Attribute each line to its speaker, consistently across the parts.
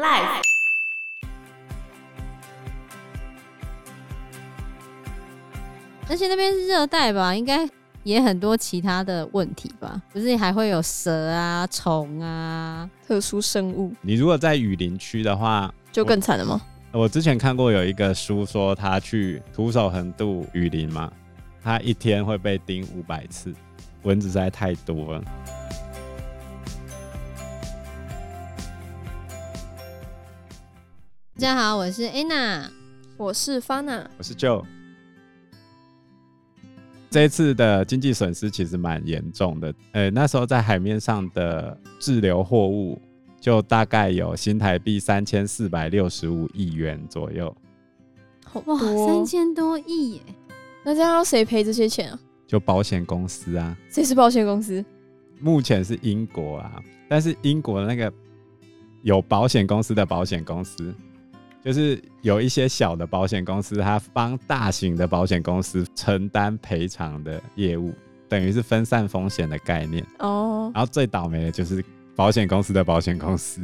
Speaker 1: Life。
Speaker 2: 而且那边是热带吧，应该也很多其他的问题吧，不是还会有蛇啊、虫啊，
Speaker 3: 特殊生物
Speaker 4: 你如果在雨林区的话，
Speaker 3: 就更惨了吗？
Speaker 4: 我之前看过有一个书说他去徒手横渡雨林嘛，他一天会被叮五百次，蚊子实在太多了。
Speaker 2: 大家好，我是 Anna。
Speaker 3: 我是 Fana，
Speaker 4: 我是 Joe。这一次的经济损失其实蛮严重的，呃，那时候在海面上的滞留货物就大概有新台币三千四百六十五亿元左右，
Speaker 3: 好
Speaker 2: 哇，
Speaker 3: 多
Speaker 2: 三，千多亿耶！
Speaker 3: 那这样要谁赔这些钱啊？
Speaker 4: 就保险公司啊，
Speaker 3: 谁是保险公司？
Speaker 4: 目前是英国啊，但是英国的那个有保险公司的保险公司，就是有一些小的保险公司，它帮大型的保险公司承担赔偿的业务，等于是分散风险的概念。
Speaker 3: 哦，
Speaker 4: 然后最倒霉的就是保险公司的保险公司，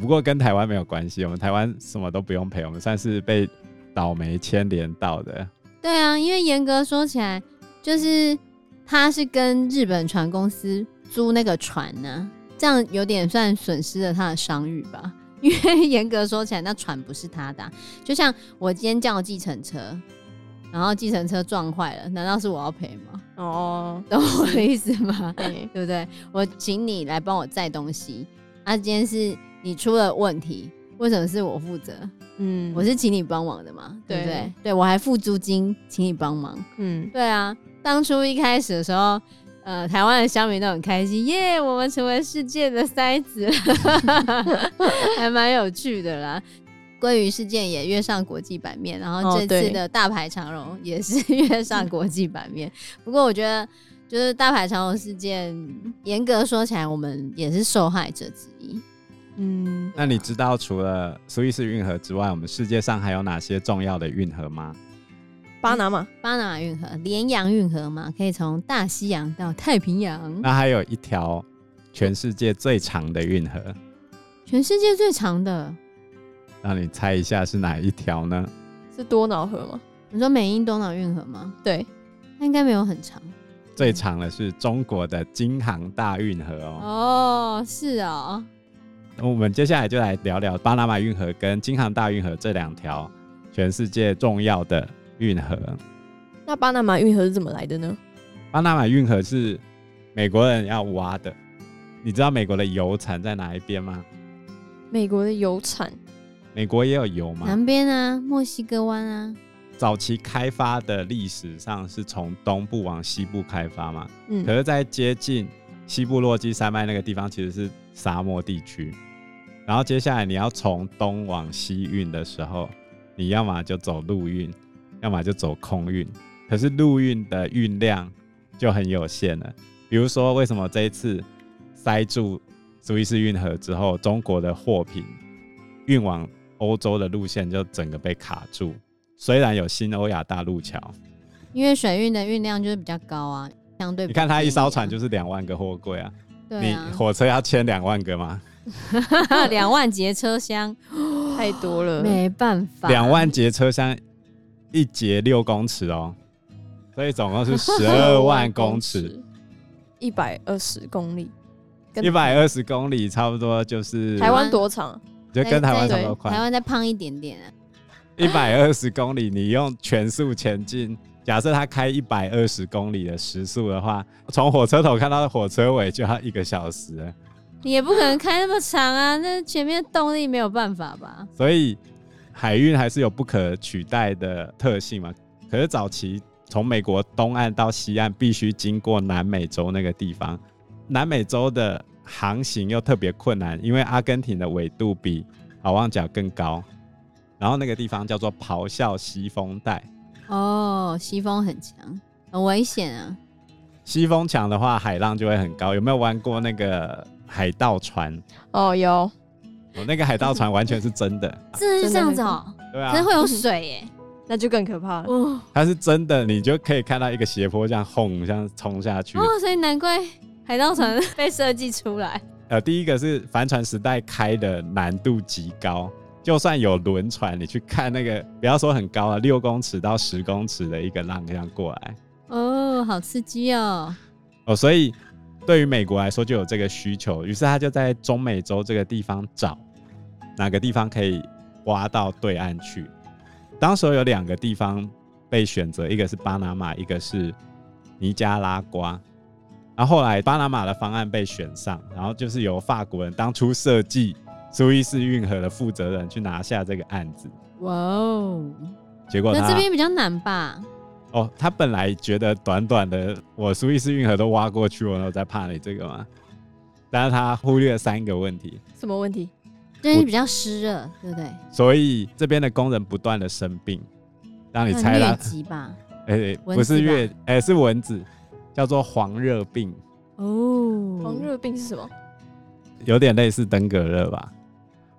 Speaker 4: 不过跟台湾没有关系，我们台湾什么都不用赔，我们算是被倒霉牵连到的。
Speaker 2: 对啊，因为严格说起来，就是他是跟日本船公司租那个船呢、这样有点算损失了他的商誉吧。 因为严格说起来，那船不是他的啊、就像我今天叫计程车，然后计程车撞坏了，难道是我要赔吗？
Speaker 3: 哦，
Speaker 2: 懂我的意思吗？
Speaker 3: 哎，
Speaker 2: 对不对？我请你来帮我载东西，啊，今天是你出了问题，为什么是我负责？
Speaker 3: 嗯，
Speaker 2: 我，是请你帮忙的嘛，对不对
Speaker 3: 对？
Speaker 2: 对我还付租金，请你帮忙。
Speaker 3: 嗯，
Speaker 2: 对啊，当初一开始的时候，呃，台湾的乡民都很开心，耶，我们成为世界的塞子 了，还蛮有趣的啦。鲑鱼事件也跃上国际版面，然后
Speaker 3: 哦
Speaker 2: 这次
Speaker 3: 对
Speaker 2: 的大排长龙也是跃上国际版面。不过我觉得，就是大排长龙事件，严格说起来，我们也是受害者之一。
Speaker 3: 嗯，
Speaker 4: 那你知道除了苏伊士运河之外，我们世界上还有哪些重要的运河吗？
Speaker 3: 巴拿马，
Speaker 2: 巴拿马运河、联洋运河嘛，可以从大西洋到太平洋，
Speaker 4: 那还有一条全世界最长的运河，
Speaker 2: 全世界最长的。
Speaker 4: 让你猜一下是哪一条呢？
Speaker 3: 是多瑙河吗？
Speaker 2: 你说美英多瑙运河吗？
Speaker 3: 对，
Speaker 2: 那应该没有很长
Speaker 4: 最长的是中国的京杭大运河哦。
Speaker 2: 哦，是哦，
Speaker 4: 那我们接下来就来聊聊巴拿马运河跟京杭大运河这两条全世界重要的运河。
Speaker 3: 那巴拿马运河是怎么来的呢？
Speaker 4: 巴拿马运河是美国人要挖的，你知道美国的油产在哪一边吗？
Speaker 3: 美国的油产，
Speaker 4: 美国也有油吗？
Speaker 2: 南边啊，墨西哥湾啊，
Speaker 4: 早期开发的历史上是从东部往西部开发嘛，
Speaker 3: 嗯
Speaker 4: 可，是，在接近西部落基山脉那个地方，其实是沙漠地区。然后接下来你要从东往西运的时候，你要么就走陆运，要么就走空运。可是陆运的运量就很有限了。比如说，为什么这一次塞住苏伊士运河之后，中国的货品运往欧洲的路线就整个被卡住？虽然有新欧亚大陆桥，
Speaker 2: 因为水运的运量就是比较高啊，相对
Speaker 4: 你看它一艘船
Speaker 2: 就
Speaker 4: 就是两万个货柜啊，
Speaker 2: 啊对
Speaker 4: 你
Speaker 2: 啊，
Speaker 4: 火车要签两万个吗？
Speaker 2: 两万节车厢
Speaker 3: 太多了，
Speaker 2: 没办法，
Speaker 4: 两万节车厢，一节六公尺哦，所以总共是十二万公尺，，
Speaker 3: 一百二十公里，跟
Speaker 4: 一百二十公里，差不多就是
Speaker 3: 台湾多长？
Speaker 4: 就跟台湾
Speaker 2: 再
Speaker 4: 差不多
Speaker 2: 哎台
Speaker 4: 快。
Speaker 2: 湾再胖一点点啊，
Speaker 4: 一百二十公里，你用全速前进，假设它开一百二十公里的时速的话，从火车头看到火车尾就要一个小时了，
Speaker 2: 你也不可能开那么长啊，那前面的动力没有办法吧？
Speaker 4: 所以海运还是有不可取代的特性嘛。可是早期从美国东岸到西岸必须经过南美洲那个地方，南美洲的航行又特别困难，因为阿根廷的纬度比好望角更高，然后那个地方叫做咆哮西风带。
Speaker 2: 哦，西风很强，很危险啊，
Speaker 4: 西风强的话，海浪就会很高。有没有玩过那个海盗船？
Speaker 3: 哦，有，
Speaker 4: 哦，那个海盗船完全是真的，
Speaker 2: 真的是这样子哦，
Speaker 4: 对
Speaker 2: 可是
Speaker 4: 啊，
Speaker 2: 会有水 耶，
Speaker 3: 那就更可怕了。
Speaker 2: 哦
Speaker 4: 它是真的，你就可以看到一个斜坡这样轰，这样冲下 去。
Speaker 2: 哦，所以难怪海盗船被设计出来。
Speaker 4: 呃，第一个是帆船时代开的难度极高，就算有轮船，你去看那个，不要说很高啊，六公尺到十公尺的一个浪这样过来
Speaker 2: 哦，好刺激哦！
Speaker 4: 哦，所以对于美国来说就有这个需求，于是他就在中美洲这个地方找哪个地方可以挖到对岸去。当时有两个地方被选择，一个是巴拿马，一个是尼加拉瓜。然后后来巴拿马的方案被选上，然后就是由法国人当初设计苏伊士运河的负责人去拿下这个案子。
Speaker 2: 哇哦，
Speaker 4: 结果
Speaker 2: 那
Speaker 4: 他
Speaker 2: 这边比较难吧？
Speaker 4: 哦，他本来觉得短短的我苏伊士运河都挖过去，我有在怕你这个吗？但是他忽略三个问题，
Speaker 3: 什么问题？
Speaker 2: 这边比较湿热，对不对？
Speaker 4: 所以这边的工人不断的生病，让你
Speaker 2: 那
Speaker 4: 猜
Speaker 2: 疟
Speaker 4: 啦，
Speaker 2: 疾吧？
Speaker 4: 哎、
Speaker 2: 嗯蚊
Speaker 4: 不是
Speaker 2: 子吧
Speaker 4: 月，哎、是蚊子，叫做黄热病，
Speaker 2: 哦，
Speaker 3: 黄热病是什么？
Speaker 4: 有点类似登革热吧。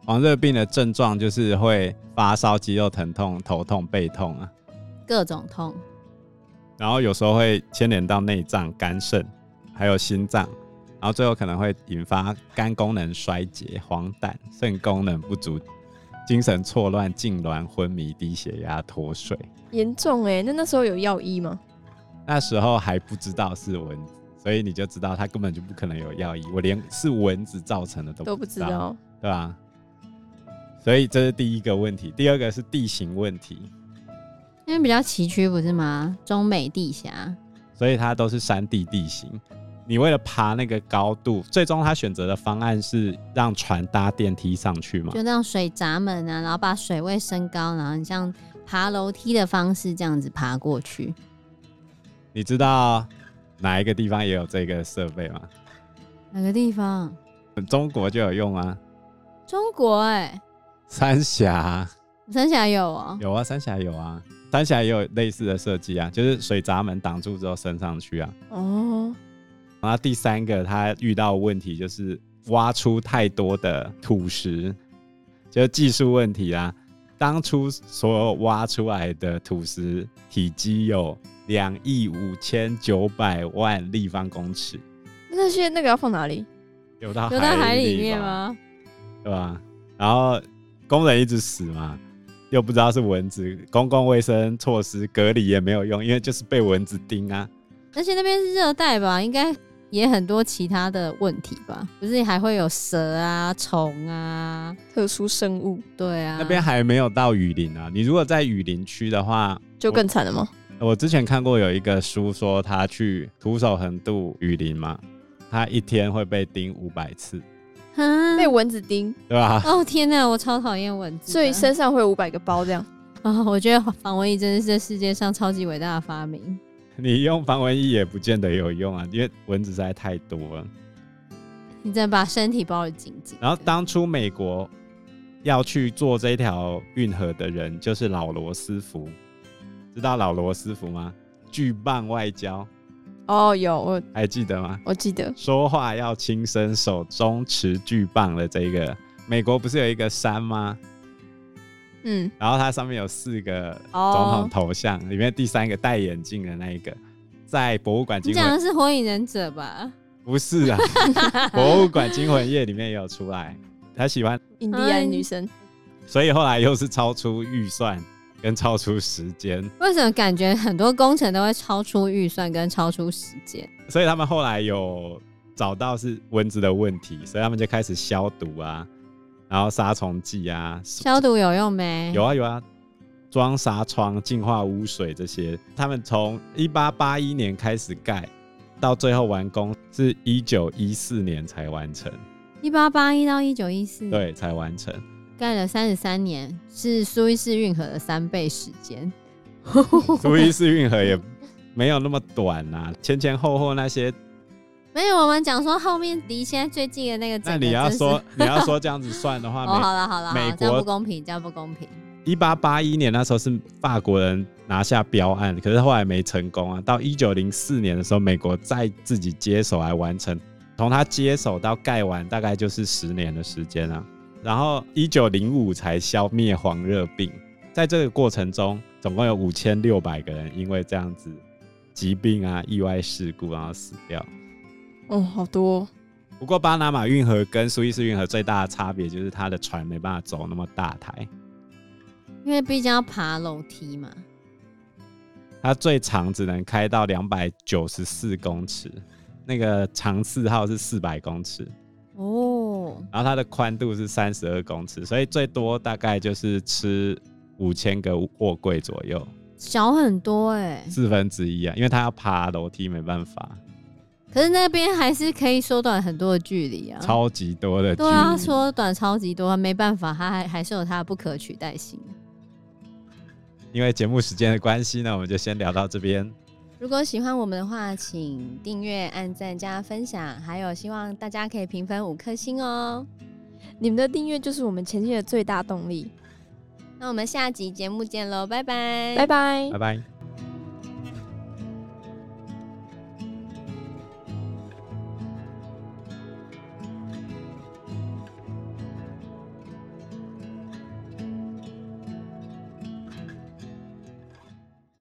Speaker 4: 黄热病的症状就是会发烧、肌肉疼痛、头痛、背痛啊，
Speaker 2: 各种痛，
Speaker 4: 然后有时候会牵连到内脏、肝肾，还有心脏，然后最后可能会引发肝功能衰竭、黄疸、肾功能不足、精神错乱、痉挛、昏迷、低血压、脱水。
Speaker 3: 严重哎、那那时候有药医吗？
Speaker 4: 那时候还不知道是蚊子，所以你就知道它根本就不可能有药医，我连是蚊子造成的都
Speaker 3: 都不知，道。
Speaker 4: 对吧、所以这是第一个问题，第二个是地形问题，
Speaker 2: 因为比较崎岖，不是吗？中美地峡，
Speaker 4: 所以它都是山地地形。你为了爬那个高度，最终他选择的方案是让船搭电梯上去嘛？
Speaker 2: 就那种水闸门啊，然后把水位升高，然后你像爬楼梯的方式这样子爬过去。
Speaker 4: 你知道哪一个地方也有这个设备吗？
Speaker 2: 哪个地方？
Speaker 4: 中国就有用啊，
Speaker 2: 中国哎、
Speaker 4: 三峡
Speaker 2: 三峡有哦、
Speaker 4: 有啊，三峡有啊，三峡也有类似的设计啊，就是水闸门挡住之后升上去啊。
Speaker 3: 哦，
Speaker 4: 然后第三个，他遇到的问题就是挖出太多的土石，就是技术问题啦。当初所有挖出来的土石体积有两亿五千九百万立方公尺，
Speaker 3: 那些那个要放哪里？
Speaker 4: 流到
Speaker 2: 有在啊海
Speaker 4: 里
Speaker 2: 里面
Speaker 4: 吧？
Speaker 2: 吗？
Speaker 4: 对吧？然后工人一直死嘛，又不知道是蚊子，公共卫生措施隔离也没有用，因为就是被蚊子叮啊。
Speaker 2: 而且那边是热带吧，应该也很多其他的问题吧？不是还会有蛇啊、虫啊？
Speaker 3: 特殊生物
Speaker 2: 对啊，
Speaker 4: 那边还没有到雨林啊，你如果在雨林区的话，
Speaker 3: 就更惨了吗？
Speaker 4: 我之前看过有一个书说他去徒手横渡雨林嘛，他一天会被叮五百次，
Speaker 2: 哈
Speaker 3: 被蚊子叮，
Speaker 4: 对吧？
Speaker 2: 哦天哪，我超讨厌蚊子的，
Speaker 3: 所以身上会有五百个包这样。
Speaker 2: 啊、我觉得防蚊液真的是这世界上超级伟大的发明。
Speaker 4: 你用防蚊液也不见得有用啊，因为蚊子实在太多了。
Speaker 2: 你真的把身体包得紧紧的。
Speaker 4: 然后当初美国要去做这条运河的人就是老罗斯福，知道老罗斯福吗？巨棒外交
Speaker 3: 哦，有我
Speaker 4: 还记得吗？
Speaker 3: 我记得，
Speaker 4: 说话要轻声，手中持巨棒的这个，美国不是有一个山吗？
Speaker 3: 嗯，
Speaker 4: 然后它上面有四个
Speaker 3: 哦
Speaker 4: 总
Speaker 2: 哦
Speaker 4: 统头像，里面第三个戴眼镜的那一个，在博物馆
Speaker 2: 你
Speaker 4: 惊
Speaker 2: 讲
Speaker 4: 魂
Speaker 2: 的是火影忍者吧？
Speaker 4: 不是 啊，博物馆惊魂夜里面也有出来，他喜欢，
Speaker 3: 印第安女神，
Speaker 4: 所以后来又是超出预算跟超出时间，
Speaker 2: 为什么感觉很多工程都会超出预算跟超出时间？
Speaker 4: 所以他们后来有找到是蚊子的问题，所以他们就开始消毒啊，然后杀虫剂啊，
Speaker 2: 消毒有用没？
Speaker 4: 有啊有啊，装纱窗、净化污水这些，他们从一八八一年开始盖，到最后完工是一九一四年才完成，
Speaker 2: 一八八一到一九一四，
Speaker 4: 对，才完成。
Speaker 2: 盖了三十三年，是苏伊士运河的三倍时间。
Speaker 4: 苏伊士运河也没有那么短啊，前前后后那些，
Speaker 2: 没有，我们讲说后面离现在最近的那个整
Speaker 4: 那
Speaker 2: 个，
Speaker 4: 你要
Speaker 2: 真是
Speaker 4: 说你要说这样子算 的
Speaker 2: 哦，
Speaker 4: 话，
Speaker 2: 好了好了，好了
Speaker 4: 美国
Speaker 2: 这样不公平，这样不公平。
Speaker 4: 一八八一年那时候是法国人拿下标案，可是后来没成功啊。到一九零四年的时候，美国再自己接手来完成，从他接手到盖完大概就是十年的时间啊。然后一九零五才消灭黄热病，在这个过程中，总共有五千六百个人因为这样子疾病啊、意外事故然后死掉。
Speaker 3: 哦，好多哦、
Speaker 4: 不过巴拿马运河跟苏伊士运河最大的差别就是它的船没办法走那么大台，
Speaker 2: 因为毕竟要爬楼梯嘛。
Speaker 4: 它最长只能开到两百九十四公尺，那个长四号是四百公尺，
Speaker 2: 哦，
Speaker 4: 然后它的宽度是三十二公尺，所以最多大概就是吃五千个货柜左右，
Speaker 2: 小很多哎、
Speaker 4: 四分之一啊，因为它要爬楼梯没办法，
Speaker 2: 可是那边还是可以缩短很多的距离啊。
Speaker 4: 超级多的距
Speaker 2: 对啊，
Speaker 4: 离。
Speaker 2: 缩短超级多，没办法，它还还是有它的不可取代性。啊
Speaker 4: 因为节目时间的关系呢，我们就先聊到这边。
Speaker 2: 如果喜欢我们的话，请订阅、按赞、加分享，还有希望大家可以评分五颗星哦。
Speaker 3: 你们的订阅就是我们前进的最大动力。
Speaker 2: 那我们下集节目见喽，拜拜，
Speaker 3: 拜拜
Speaker 2: 哎
Speaker 4: 拜。拜。